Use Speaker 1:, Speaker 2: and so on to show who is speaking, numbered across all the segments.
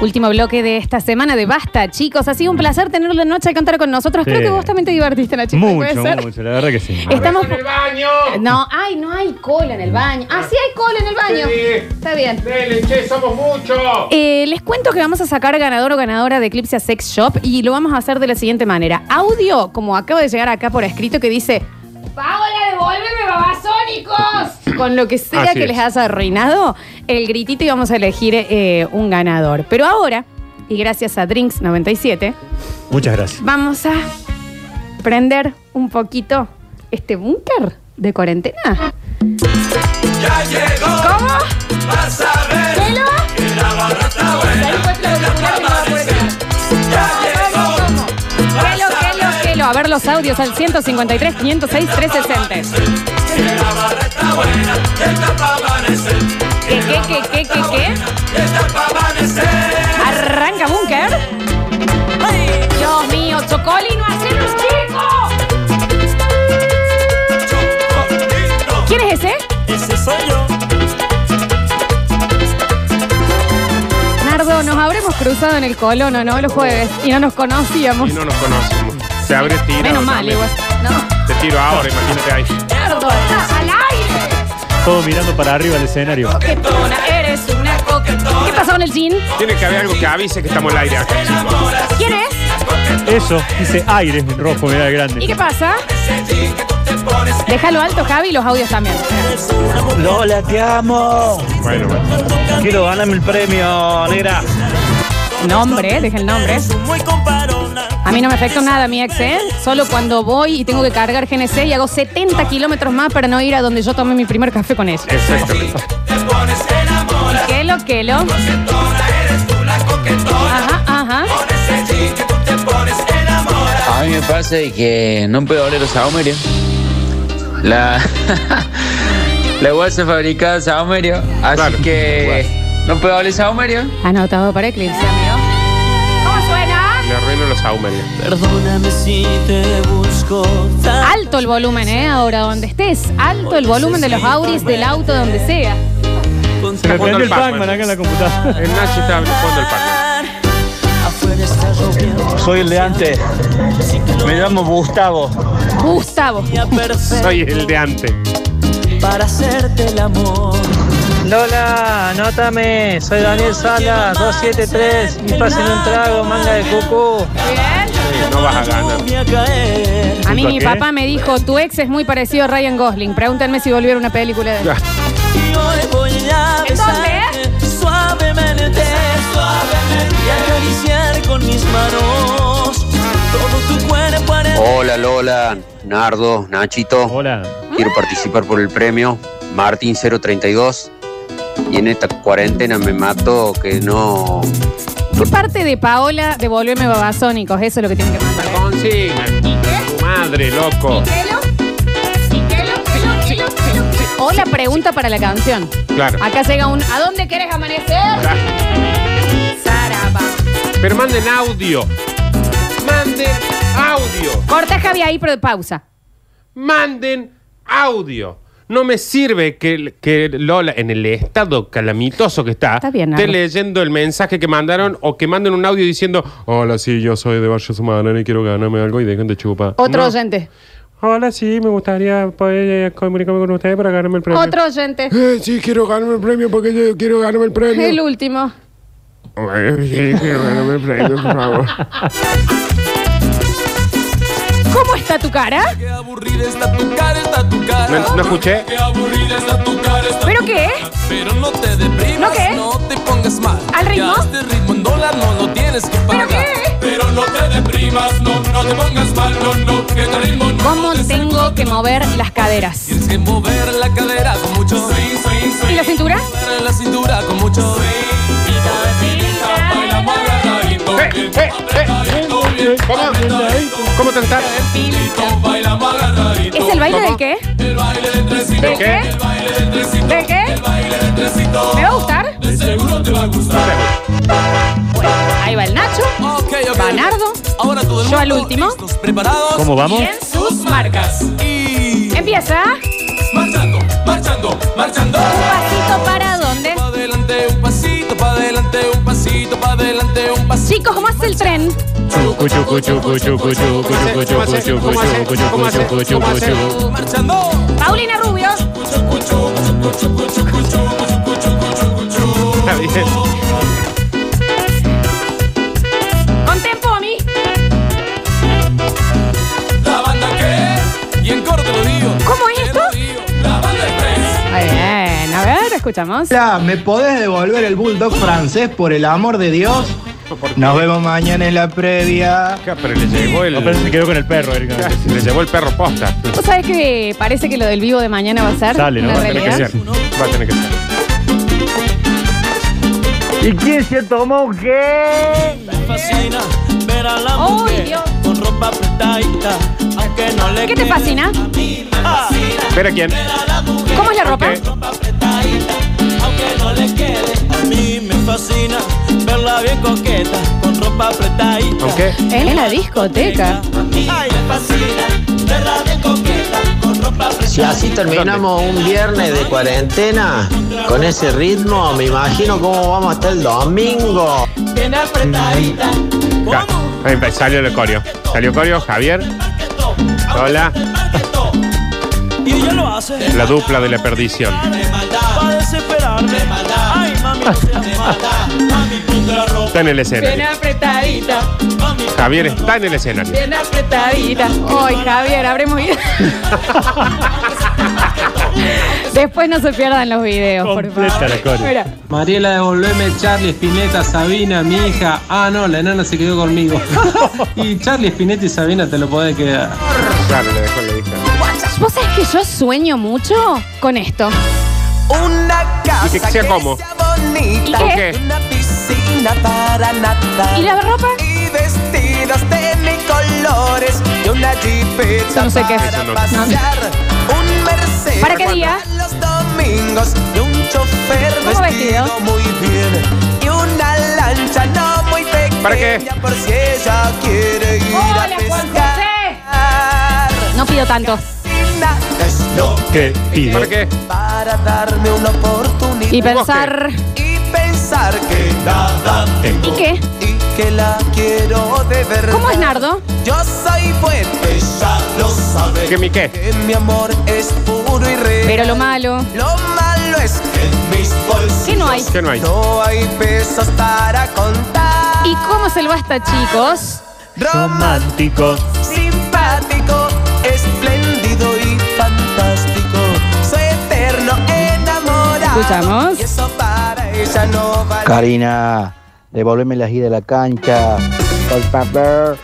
Speaker 1: Último bloque de esta semana de Basta, chicos. Ha sido un placer tenerlo en noche a cantar con nosotros. Creo
Speaker 2: Sí.
Speaker 1: que vos también te divertiste, Nachito. ¿puede
Speaker 2: Mucho,
Speaker 1: ser?
Speaker 2: mucho, la verdad que sí.
Speaker 1: Estamos...
Speaker 3: ¡En el baño!
Speaker 1: No, ay, no hay cola en el baño. Ah, sí hay cola en el baño.
Speaker 3: Sí.
Speaker 1: Está bien.
Speaker 3: ¡Dele, che, somos muchos!
Speaker 1: Eh, les cuento que vamos a sacar ganador o ganadora de Eclipse Sex Shop y lo vamos a hacer de la siguiente manera. Audio, como acabo de llegar acá por escrito, que dice... ¡Paola, devuélveme babasónicos! Con lo que sea
Speaker 2: Así
Speaker 1: que
Speaker 2: es.
Speaker 1: les has arruinado, el gritito y vamos a elegir eh, un ganador. Pero ahora, y gracias a Drinks97,
Speaker 2: Muchas gracias.
Speaker 1: vamos a prender un poquito este búnker de cuarentena.
Speaker 4: Ya llegó,
Speaker 1: ¿Cómo?
Speaker 4: vas a ver
Speaker 1: ¿Pelo?
Speaker 4: que la barra está buena. Ya llegó,
Speaker 1: Quelo, quelo, quelo. A ver los audios al 153, 506, 360.
Speaker 4: que la barra está buena. Que está pa' amanecer,
Speaker 1: ¿Qué, qué, qué, qué, qué, Ah, qué?
Speaker 4: que está pa' amanecer.
Speaker 1: Arranca Búnker. Dios mío, Chocolino, hacelo chico.
Speaker 4: Chocolito,
Speaker 1: ¿Quién es ese?
Speaker 4: Ese soy yo.
Speaker 1: Nardo, nos habremos cruzado en el colono, ¿no? Los jueves. Y no nos conocíamos.
Speaker 5: Y no nos conocemos. Se abre tiro.
Speaker 1: Menos mal, igual. No.
Speaker 5: Te tiro ahora, imagínate ahí.
Speaker 1: Nardo, estás al aire.
Speaker 2: Todo mirando para arriba del escenario.
Speaker 1: Coquetona, eres una coquetona. ¿Qué pasó con el jean?
Speaker 5: Tiene que haber algo que avise que estamos al aire acá.
Speaker 1: ¿Quién es?
Speaker 2: Eso, dice aire en rojo, mirá el
Speaker 1: ¿Y
Speaker 2: grande.
Speaker 1: qué pasa? Déjalo alto, Javi, y los audios también.
Speaker 6: Lola, te amo.
Speaker 5: Bueno, bueno.
Speaker 6: Quiero ganarme el premio, negra.
Speaker 1: Nombre, deja el nombre.
Speaker 6: Muy comparona.
Speaker 1: A mí no me afectó nada mi ex, ¿eh? Solo cuando voy y tengo que cargar GNC y hago 70 kilómetros más para no ir a donde yo tomé mi primer café con ella.
Speaker 5: Exactamente.
Speaker 1: ¿Qué lo, qué lo? Ajá, ajá.
Speaker 7: A mí me pasa de que no puedo oler los saumerios. La, la bolsa fabricada saumerio, así
Speaker 5: Claro,
Speaker 7: que no puedo oler saumerio.
Speaker 1: Anotado para Eclipse, amigo. ¿Cómo suena?
Speaker 5: Le arruino los aumerios.
Speaker 8: Perdóname si te busco tan-
Speaker 1: Alto el volumen, ¿eh? Ahora, donde estés. Alto el volumen de los auris, del auto, donde sea.
Speaker 8: con
Speaker 5: Se me
Speaker 2: Prendió
Speaker 5: prendió
Speaker 2: el
Speaker 5: el Pac-Man.
Speaker 2: Pac-Man acá en la computadora.
Speaker 5: El Nachi está jugando el Pac-Man.
Speaker 8: Afuera está lloviendo
Speaker 6: Soy el de antes. Me llamo Gustavo.
Speaker 1: Gustavo.
Speaker 8: día perfecto
Speaker 5: Soy el de antes.
Speaker 8: para hacerte el amor.
Speaker 6: Lola, anótame. Soy Daniel Salas, 273. Y pasen un trago, manga de cucú.
Speaker 1: Bien.
Speaker 5: No vas a ganar.
Speaker 8: Voy a caer.
Speaker 1: A mí
Speaker 2: ¿Junto a
Speaker 1: mi
Speaker 2: qué?
Speaker 1: papá me dijo, tu ex es muy parecido a Ryan Gosling. Pregúntame si volviera una película de...
Speaker 5: Ya.
Speaker 8: Y hoy voy a
Speaker 1: ¿En
Speaker 8: besarte suavemente, suavemente y acariciar con mis manos todo tu cuerpo en
Speaker 5: Oh,
Speaker 8: el-
Speaker 9: Hola Lola, Nardo,
Speaker 10: Oh.
Speaker 9: Nachito.
Speaker 2: Hola.
Speaker 9: Quiero participar por el premio Martín 032. Y en esta cuarentena me mato que no.
Speaker 1: ¿Qué parte de Paola de Volverme Babasónicos? Eso es lo que tienen que mandar. ¿eh?
Speaker 5: Consigna. Tu madre, loco.
Speaker 1: O la pregunta para la canción.
Speaker 5: Claro.
Speaker 1: Acá llega un ¿A dónde querés amanecer? Saraba.
Speaker 5: Pero manden audio. Manden audio.
Speaker 1: Corta Javi ahí, pero pausa.
Speaker 5: Manden audio. No me sirve que, que Lola, en el estado calamitoso que está,
Speaker 1: Está bien,
Speaker 5: esté
Speaker 1: Nardo.
Speaker 5: leyendo el mensaje que mandaron o que manden un audio diciendo: Hola, sí, yo soy de Valle Sumarán y quiero ganarme algo y dejen de chupar.
Speaker 1: Otro
Speaker 5: No.
Speaker 1: oyente.
Speaker 5: Hola, sí, me gustaría poder eh, comunicarme con ustedes para ganarme el premio.
Speaker 1: Otro oyente.
Speaker 5: Eh, sí, quiero ganarme el premio porque yo quiero ganarme el premio.
Speaker 1: El último.
Speaker 5: Eh, sí, quiero ganarme el premio, por favor.
Speaker 1: ¿Cómo está tu cara?
Speaker 4: Qué aburrida está tu cara, está tu cara.
Speaker 5: No, no escuché. Eh,
Speaker 4: Qué aburrida está tu cara, está
Speaker 1: ¿Pero
Speaker 4: tu
Speaker 1: qué?
Speaker 4: cara. Pero no te deprimas,
Speaker 1: ¿No qué?
Speaker 4: no te pongas mal.
Speaker 1: ¿Al ritmo?
Speaker 4: Ya este ritmo en dólar no lo tienes que pagar.
Speaker 1: qué?
Speaker 4: Pero no te deprimas, no, no te pongas mal, no, no, que este ritmo no
Speaker 1: ¿Cómo
Speaker 4: lo des-
Speaker 1: tengo que mover las caderas?
Speaker 4: Tienes que mover la cadera con mucho swing, swing, swing.
Speaker 1: ¿Y la cintura?
Speaker 4: Mover la cintura con mucho swing. Bailamos agarradito,
Speaker 5: Eh, eh, eh,
Speaker 4: apretadito, bien
Speaker 5: ¿Cómo?
Speaker 4: apretadito.
Speaker 5: ¿Cómo tentar?
Speaker 4: Bailamos agarradito.
Speaker 1: ¿Es el baile del
Speaker 5: ¿Cómo?
Speaker 1: qué?
Speaker 4: El baile del trencito.
Speaker 1: ¿De qué?
Speaker 4: El baile del trencito.
Speaker 1: ¿De qué?
Speaker 4: El baile del trencito.
Speaker 1: ¿Me va a gustar?
Speaker 4: De seguro te va a gustar.
Speaker 1: Bueno, ahí va el Nacho.
Speaker 4: Ok, ok.
Speaker 1: Banardo.
Speaker 4: Ahora todo el
Speaker 1: Yo al
Speaker 4: mundo,
Speaker 1: último.
Speaker 4: listos, preparados.
Speaker 2: ¿Cómo vamos?
Speaker 1: Y en sus marcas.
Speaker 4: Y
Speaker 1: Empieza.
Speaker 4: marchando, marchando, marchando.
Speaker 1: Pasito para dónde.
Speaker 4: Pa' adelante, un pasito, pa' adelante, un
Speaker 11: pasito para adelante, un pasito.
Speaker 1: Chicos, ¿cómo hace el tren?
Speaker 10: Chucu, chucu, chucu, chucu, chucu, chucu, chucu, chucu, chucu, chucu, chucu, chucu, chucu.
Speaker 11: Marchando.
Speaker 1: Paulina Rubio.
Speaker 5: Está bien.
Speaker 1: Con tempo a mí.
Speaker 11: La banda que. Y en coro te lo digo.
Speaker 1: ¿Cómo es
Speaker 11: te
Speaker 1: esto?
Speaker 11: lo digo, La banda express.
Speaker 1: Muy bien, a ver, escuchamos.
Speaker 8: Hola, ¿me podés devolver el bulldog francés por el amor de Dios? Nos vemos mañana en la previa.
Speaker 5: Acá, Pero le llevó el.
Speaker 10: No, pero se quedó con el perro, Erika.
Speaker 5: Acá, Le llevó el perro posta.
Speaker 1: ¿Vos sabés que parece que lo del vivo de mañana va a ser?
Speaker 10: Sale, ¿no?
Speaker 1: una
Speaker 10: Va a
Speaker 5: Tiene que
Speaker 1: realidad?
Speaker 5: ser. Va a tener que ser.
Speaker 2: ¿Y quién se tomó qué?
Speaker 4: Me fascina ver a la
Speaker 1: ¡Ay,
Speaker 4: mujer
Speaker 1: Dios!
Speaker 4: con ropa apretadita, aunque no le
Speaker 1: ¿Qué te
Speaker 4: quede.
Speaker 1: fascina?
Speaker 4: A mí me fascina
Speaker 5: Espera, ¿quién?
Speaker 4: ver a la mujer
Speaker 1: ¿Cómo es la ropa?
Speaker 4: con ropa apretadita, aunque no le quede. A mí me fascina verla bien coqueta con ropa apretadita.
Speaker 5: Aunque.
Speaker 1: En la discoteca.
Speaker 4: A mí me fascina verla bien coqueta con ropa
Speaker 12: Si
Speaker 4: apretadita.
Speaker 12: así terminamos un viernes de cuarentena con ese ritmo, me imagino cómo vamos hasta el domingo.
Speaker 4: Bien apretadita.
Speaker 5: Acá.
Speaker 4: Como
Speaker 5: Ahí va, Salió el corio. Salió corio, Javier.
Speaker 4: marquetó,
Speaker 5: Hola.
Speaker 4: aunque marquetó. Y ella lo hace.
Speaker 5: La dupla de la perdición.
Speaker 4: De maldad, para desesperarme. De maldad, ay mami, no seas mala. Mami, ponte la ropa.
Speaker 5: Está en el escenario.
Speaker 1: apretadita,
Speaker 4: Mami,
Speaker 5: Javier está en el escenario.
Speaker 1: bien apretadita. Hoy, Javier, habremos ido. Después no se pierdan los videos, por
Speaker 10: Completa la
Speaker 1: favor.
Speaker 10: coreo.
Speaker 1: Mira,
Speaker 2: Mariela, devolveme Charlie Spinetta, Sabina, mi hija. Ah, no, la enana se quedó conmigo. y Charlie Spinetta y Sabina te lo podés quedar.
Speaker 5: Claro, le dejó la hija.
Speaker 1: ¿vos sabés que yo sueño mucho con esto?
Speaker 4: Una casa
Speaker 5: Y que sea como.
Speaker 4: bonita.
Speaker 1: ¿Y
Speaker 5: qué?
Speaker 4: Una piscina para nadar.
Speaker 1: ¿Y la ropa?
Speaker 4: Y vestidos de mil colores. Y una
Speaker 1: Eso
Speaker 4: jipeta
Speaker 1: no sé qué es.
Speaker 5: Eso
Speaker 4: para
Speaker 5: no.
Speaker 4: pasear. Un Mercedes.
Speaker 1: ¿Para qué día?
Speaker 4: Los domingos. Y un chofer
Speaker 1: ¿Cómo
Speaker 4: vestido
Speaker 1: vestido?
Speaker 4: muy bien. Y una lancha no muy pequeña.
Speaker 5: ¿Para qué?
Speaker 4: Por si ella quiere ir a
Speaker 1: Hola, Juan
Speaker 4: pescar.
Speaker 1: No pido tanto.
Speaker 4: Nada es lo
Speaker 10: ¿Qué pide?
Speaker 5: ¿Para qué?
Speaker 4: para darme una oportunidad.
Speaker 1: Y pensar,
Speaker 4: y pensar que nada tengo
Speaker 1: ¿y qué?
Speaker 4: y que la quiero de verdad.
Speaker 1: ¿Cómo es Nardo?
Speaker 4: Yo soy fuerte, ya lo sabes.
Speaker 5: ¿Qué, mi qué?
Speaker 4: Que mi amor es puro y real.
Speaker 1: Pero lo malo,
Speaker 4: Lo malo es que en mis
Speaker 1: ¿qué
Speaker 4: bolsillos
Speaker 1: no hay?
Speaker 5: ¿Qué no hay?
Speaker 4: no hay pesos para contar.
Speaker 1: ¿Y cómo es el basta, chicos?
Speaker 4: Román
Speaker 10: Romántico.
Speaker 4: simpático, espléndido y fantástico. Su eterno enamorado.
Speaker 1: Escuchamos.
Speaker 4: Y eso para ella no vale.
Speaker 8: Karina, devolveme la gira de la cancha. Por favor.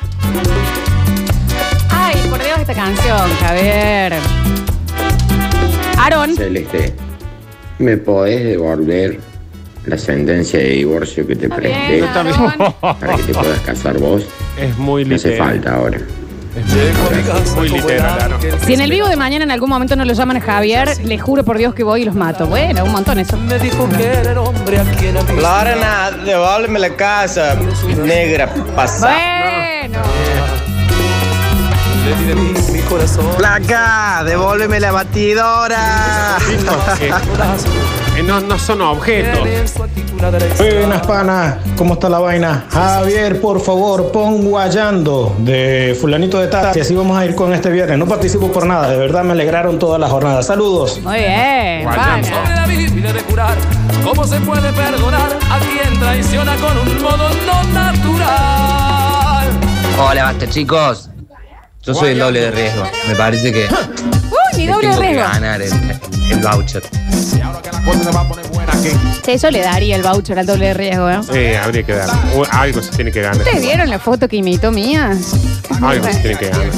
Speaker 1: Ay, por Dios, esta canción, Javier. Aarón,
Speaker 9: Celeste, ¿me podés devolver la sentencia de divorcio que te
Speaker 1: Está bien,
Speaker 9: presté
Speaker 1: Aarón.
Speaker 9: para que te puedas casar vos?
Speaker 5: Es muy
Speaker 9: No hace
Speaker 5: literal.
Speaker 9: falta ahora.
Speaker 5: Muy literal, ¿no?
Speaker 1: Si en el vivo de mañana en algún momento no lo llaman a Javier, le juro por Dios que voy y los mato. Bueno, un montón eso.
Speaker 4: Me dijo que era el hombre a quien había-
Speaker 12: Lorena, devuélveme la casa, negra pasada.
Speaker 1: Bueno.
Speaker 4: Mi corazón.
Speaker 12: Placa, devuélveme la batidora.
Speaker 5: Eh, No, no son objetos.
Speaker 4: Tiene su actitud la derecha.
Speaker 2: Buenas panas, ¿cómo está la vaina? Javier, por favor, pon guayando de fulanito de tal, y así vamos a ir con este viernes. No participo por nada, de verdad me alegraron todas las jornadas. Saludos.
Speaker 1: Muy bien.
Speaker 5: Guayambo.
Speaker 1: Vaga.
Speaker 11: de la Biblia de curar. ¿Cómo se puede perdonar a quien traiciona con un modo no natural?
Speaker 7: Hola, basta, chicos. Yo soy el doble de riesgo. Me parece que
Speaker 1: Uy, mi doble
Speaker 7: tengo que
Speaker 1: riesgo.
Speaker 7: ganar el, el voucher.
Speaker 1: Che, yo le daría el voucher al doble riesgo, ¿eh?
Speaker 5: Eh, habría que dar. O algo se tiene que ganar.
Speaker 1: ¿Ustedes vieron la foto que imitó mía?
Speaker 5: Algo se tiene que ganar.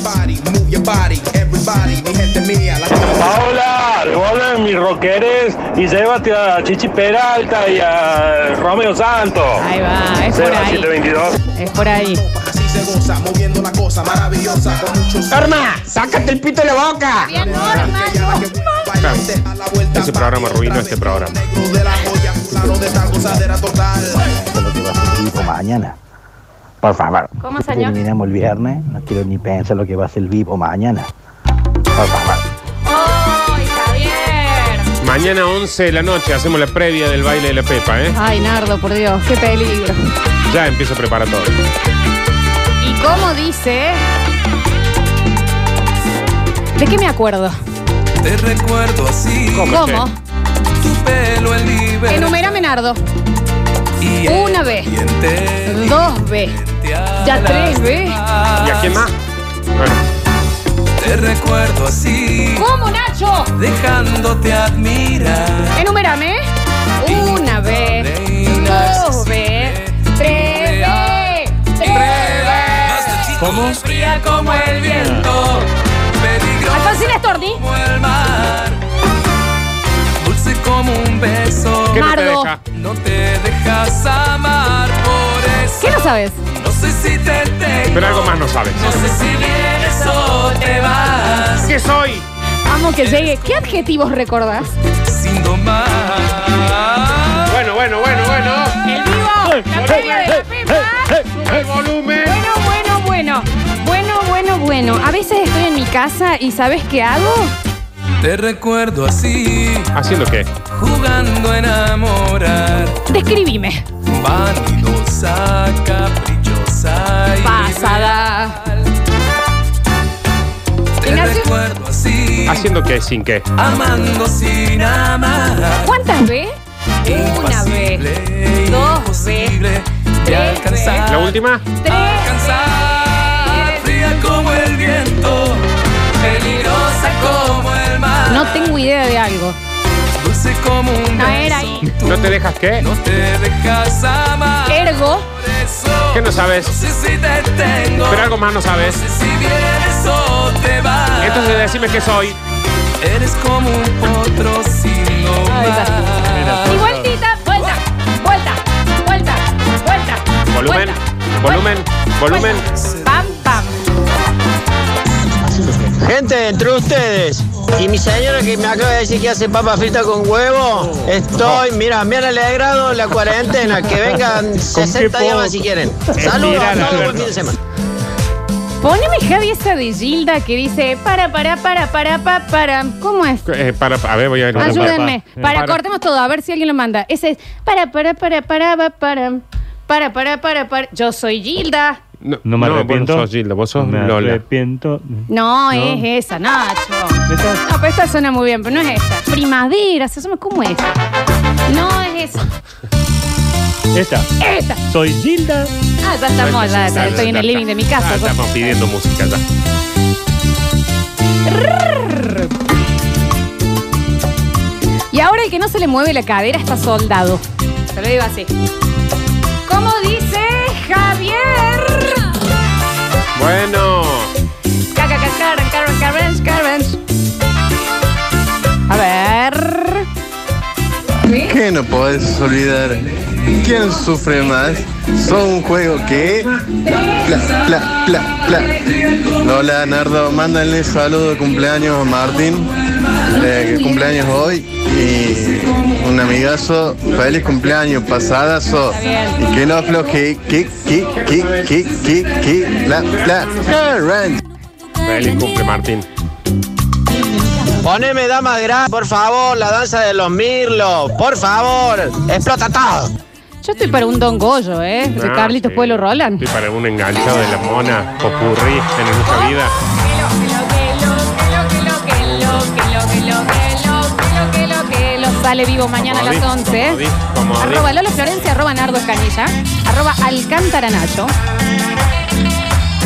Speaker 2: Paola, devuelve mis rockeres y llévate a Chichi Peralta y a Romeo Santos.
Speaker 1: Ahí va, es por ahí. Es por ahí.
Speaker 2: Karma, sácate el pito de la boca.
Speaker 5: Ese programa ruinó este programa.
Speaker 8: Lo que va a ser el vivo mañana. Por favor.
Speaker 1: ¿Cómo, señor?
Speaker 8: Terminamos el viernes. No quiero ni pensar lo que va a ser el vivo mañana. Por favor.
Speaker 1: ¡Ay, Javier!
Speaker 5: Mañana 11 de la noche hacemos la previa del baile de la Pepa, ¿eh?
Speaker 1: Ay, Nardo, por Dios, qué peligro.
Speaker 5: Ya empiezo a preparar todo.
Speaker 1: ¿Y cómo dice? ¿De qué me acuerdo?
Speaker 12: Te recuerdo así.
Speaker 1: ¿Cómo?
Speaker 12: Tu pelo el libre.
Speaker 1: Enumérame, Nardo.
Speaker 12: y
Speaker 1: Una vez,
Speaker 12: el
Speaker 1: dos veces, ya tres veces.
Speaker 5: ¿Y a quién más?
Speaker 12: Te recuerdo así.
Speaker 1: ¿Cómo, Nacho?
Speaker 12: Dejándote admirar.
Speaker 1: Enumérame. Una vez, dos veces, tres veces, tres veces.
Speaker 12: ¿Cómo? Fría como el viento. Peligrosa
Speaker 1: Alfonsín Storni.
Speaker 12: como el mar. Dulce como un beso.
Speaker 5: ¿Qué no te
Speaker 1: Mardo.
Speaker 5: deja?
Speaker 12: No te dejas amar por eso.
Speaker 1: ¿Qué no sabes?
Speaker 12: No sé si te tengo.
Speaker 5: Pero algo más no sabes.
Speaker 12: No sé si vienes o te vas.
Speaker 5: ¿Qué soy?
Speaker 1: Amo que llegue. ¿Qué adjetivos recordás?
Speaker 12: Sin domar.
Speaker 5: Bueno, bueno, bueno, bueno.
Speaker 1: ¡En vivo! ¡La feria de la Pepa!
Speaker 5: El volumen.
Speaker 1: Bueno, bueno, bueno. Bueno, bueno, bueno. A veces estoy en mi casa y ¿sabes qué hago?
Speaker 12: Te recuerdo así.
Speaker 5: ¿Haciendo qué?
Speaker 12: Jugando a enamorar.
Speaker 1: Describime.
Speaker 12: Vanidosa, caprichosa y
Speaker 1: Pasada.
Speaker 12: liberal. Te
Speaker 1: Ignacio.
Speaker 12: recuerdo así
Speaker 5: ¿Haciendo qué? ¿Sin qué?
Speaker 12: Amando sin amar
Speaker 1: ¿Cuántas veces? Una vez,
Speaker 12: Imposible,
Speaker 1: dos veces,
Speaker 12: imposible De
Speaker 1: tres
Speaker 12: alcanzar
Speaker 5: ¿La última?
Speaker 1: tres.
Speaker 12: Alcanzar Fría como el viento Peligrosa como el mar
Speaker 1: No tengo idea de algo.
Speaker 12: Dulce como un
Speaker 1: No era
Speaker 12: beso.
Speaker 1: ahí.
Speaker 5: ¿No te dejas qué?
Speaker 12: No te dejas amar
Speaker 1: Ergo,
Speaker 12: Por eso
Speaker 5: ¿Qué no sabes?
Speaker 12: No sé si te tengo
Speaker 5: Pero algo más no sabes.
Speaker 12: No sé si vienes o te vas
Speaker 5: Entonces decime qué soy.
Speaker 12: Eres como un potro sin
Speaker 1: y
Speaker 12: nomás.
Speaker 1: vueltita, vuelta, vuelta, vuelta, vuelta.
Speaker 5: Volumen,
Speaker 1: vuelta,
Speaker 5: volumen, volumen.
Speaker 1: vuelta. Pam, pam.
Speaker 4: Gente, entre ustedes y mi señora que me acaba de decir que hace papa frita con huevo, estoy, mira, me han alegrado la cuarentena, que vengan 60 días más si quieren. Saludos
Speaker 5: Mirar,
Speaker 4: a todos, buen
Speaker 5: Alberto.
Speaker 4: fin de semana.
Speaker 1: Poneme Javi esa de Gilda que dice para, para, para, para, para, para. ¿Cómo es?
Speaker 5: Eh, para, a ver, voy a ver.
Speaker 1: Ah, Ayúdenme. Para,
Speaker 5: Para.
Speaker 1: cortemos todo, a ver si alguien lo manda. Ese es para, para, para, para, para, para, para, para, para, para. Yo soy Gilda.
Speaker 5: No,
Speaker 2: No me arrepiento.
Speaker 5: Vos no sos Gilda, vos sos
Speaker 2: me
Speaker 5: Lola.
Speaker 2: arrepiento.
Speaker 1: No,
Speaker 2: No.
Speaker 1: es esa, Nacho.
Speaker 2: ¿Esa?
Speaker 1: No, pero esta suena muy bien, pero no es esa. Primavera, se llama ¿cómo es? No es esa.
Speaker 2: Esta.
Speaker 1: Esta.
Speaker 2: Soy Gilda.
Speaker 1: Ah, ya estamos, ya, ya
Speaker 5: Ah,
Speaker 1: estoy en
Speaker 5: ya
Speaker 1: el living
Speaker 5: está.
Speaker 1: de mi casa. pues.
Speaker 5: Ah, estamos pidiendo música ya.
Speaker 1: Y ahora el que no se le mueve la cadera está soldado. Se lo digo así. ¿Cómo dice Javier?
Speaker 5: Bueno.
Speaker 1: Ca, ca, ca, carran, carran, carran, carran. A ver. ¿Sí?
Speaker 13: ¿Qué no podés olvidar? ¿Quién sufre más? Son un juego que... La, la, la, la. Lola, Nardo, mándale saludo de cumpleaños a Martín. eh, que cumpleaños hoy. Y un amigazo, feliz cumpleaños, pasadazo. Y que no afloje, que, que, que, que, que, que, la, la, la.
Speaker 5: Feliz cumple, Martín.
Speaker 4: Poneme damas gras, por favor, la danza de los mirlos, por favor, explota todo.
Speaker 1: Yo estoy para un Don Goyo, ¿eh? De
Speaker 5: Ah,
Speaker 1: Carlitos
Speaker 5: sí.
Speaker 1: Pueblo Roland.
Speaker 5: Y para un enganchado de la mona, popurrí, en nuestra vida.
Speaker 1: Que lo sale vivo mañana a
Speaker 5: Como
Speaker 1: las
Speaker 5: di,
Speaker 1: 11.
Speaker 5: como di, como di.
Speaker 1: Arroba Lola Florencia, arroba Nardo Escanilla, arroba Alcántara Nacho.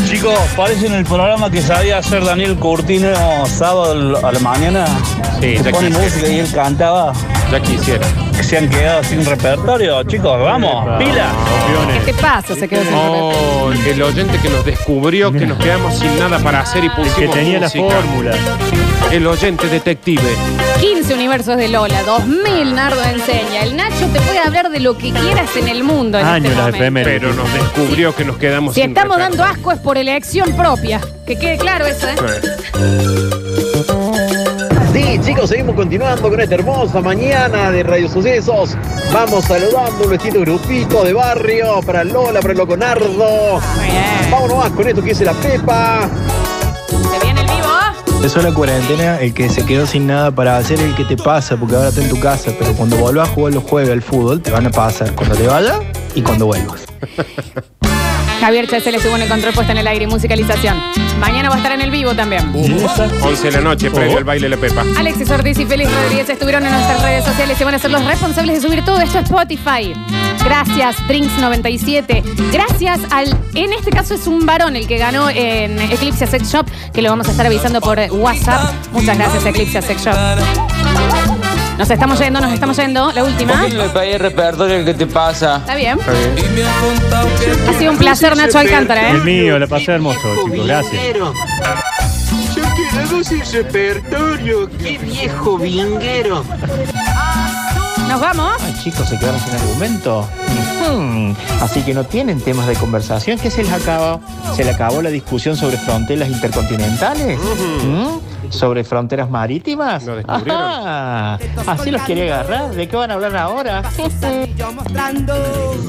Speaker 8: Chicos, parece en el programa que sabía hacer Daniel Curtino sábado a la mañana.
Speaker 5: Sí,
Speaker 8: Se
Speaker 5: ya
Speaker 8: pone
Speaker 5: quisiera.
Speaker 8: música y él cantaba.
Speaker 5: Ya quisiera.
Speaker 8: Se han quedado sin repertorio, chicos, vamos, pila.
Speaker 1: ¿Qué te pasa? Se quedó sin repertorio.
Speaker 5: Oh, el oyente que nos descubrió que nos quedamos sin nada para hacer y pusimos
Speaker 2: Que tenía la
Speaker 5: música.
Speaker 2: fórmula.
Speaker 5: El oyente detective.
Speaker 1: 15 universos de Lola, 2000 Nardo enseña. El Nacho te puede hablar de lo que quieras en el mundo. En
Speaker 2: Año
Speaker 1: este
Speaker 2: las
Speaker 1: momento.
Speaker 2: efemérides.
Speaker 5: Pero nos descubrió que nos quedamos
Speaker 1: Si
Speaker 5: sin
Speaker 1: estamos
Speaker 5: repertorio.
Speaker 1: dando asco es por elección propia. Que quede claro eso, ¿eh?
Speaker 14: Sí, chicos, seguimos continuando con esta hermosa mañana de Radio Sucesos. Vamos saludando un vestido grupito de barrio para Lola, para Loco Nardo. Vámonos más con esto que dice la Pepa.
Speaker 1: Se viene el vivo. ¿ah?
Speaker 2: Eso es la cuarentena, el que se quedó sin nada para hacer, el que te pasa, porque ahora está en tu casa, pero cuando vuelvas a jugar los jueves al fútbol, te van a pasar cuando te vayas y cuando vuelvas.
Speaker 1: Javier Chesel estuvo en el control puesto en el aire y musicalización. Mañana va a estar en el vivo también.
Speaker 5: 11 de la noche, previo al baile de la Pepa.
Speaker 1: Alexis Ortiz y Félix Rodríguez estuvieron en nuestras redes sociales y van a ser los responsables de subir todo esto a Spotify. Gracias, Drinks97. Gracias al. En este caso es un varón el que ganó en Eclipse Sex Shop, que lo vamos a estar avisando por WhatsApp. Muchas gracias, Eclipse Sex Shop. Nos estamos yendo, nos estamos yendo. La última.
Speaker 15: Me pagué el repertorio el que te pasa.
Speaker 1: Está bien.
Speaker 15: Está bien.
Speaker 1: Ha sido un placer, Nacho Alcántara, ¿eh?
Speaker 16: El mío, la pasé hermoso, chicos. Gracias.
Speaker 4: Yo quiero sin repertorio. Qué viejo vinguero.
Speaker 1: Nos vamos.
Speaker 2: Ay, chicos, se quedaron sin argumento. Hmm, Así que no tienen temas de conversación. ¿Qué se les acabó? ¿Se les acabó la discusión sobre fronteras intercontinentales? ¿Mm? ¿Sobre fronteras marítimas? Ajá. Así los quería agarrar. ¿De qué van a hablar ahora?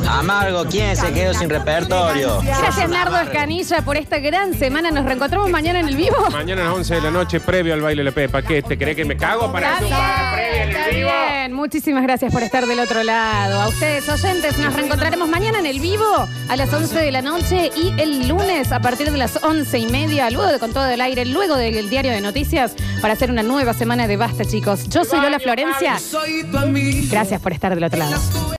Speaker 7: Amargo, ¿quién se quedó sin repertorio?
Speaker 1: Gracias, Nardo Escanilla, por esta gran semana. Nos reencontramos mañana en el vivo.
Speaker 5: Mañana a las 11 de la noche, previo al baile de la Pepa. ¿Qué? ¿Te crees que me cago para
Speaker 1: Está
Speaker 5: eso?
Speaker 1: bien, está bien. Muchísimas gracias por estar del otro lado. A ustedes, oyentes, nos reencontraremos mañana en el vivo a las 11 de la noche y el lunes a partir de las 11 y media, luego de Con Todo el Aire, luego del Diario de Noticias, para hacer una nueva semana de Basta, chicos. Yo soy Lola Florencia. Gracias por estar del otro lado.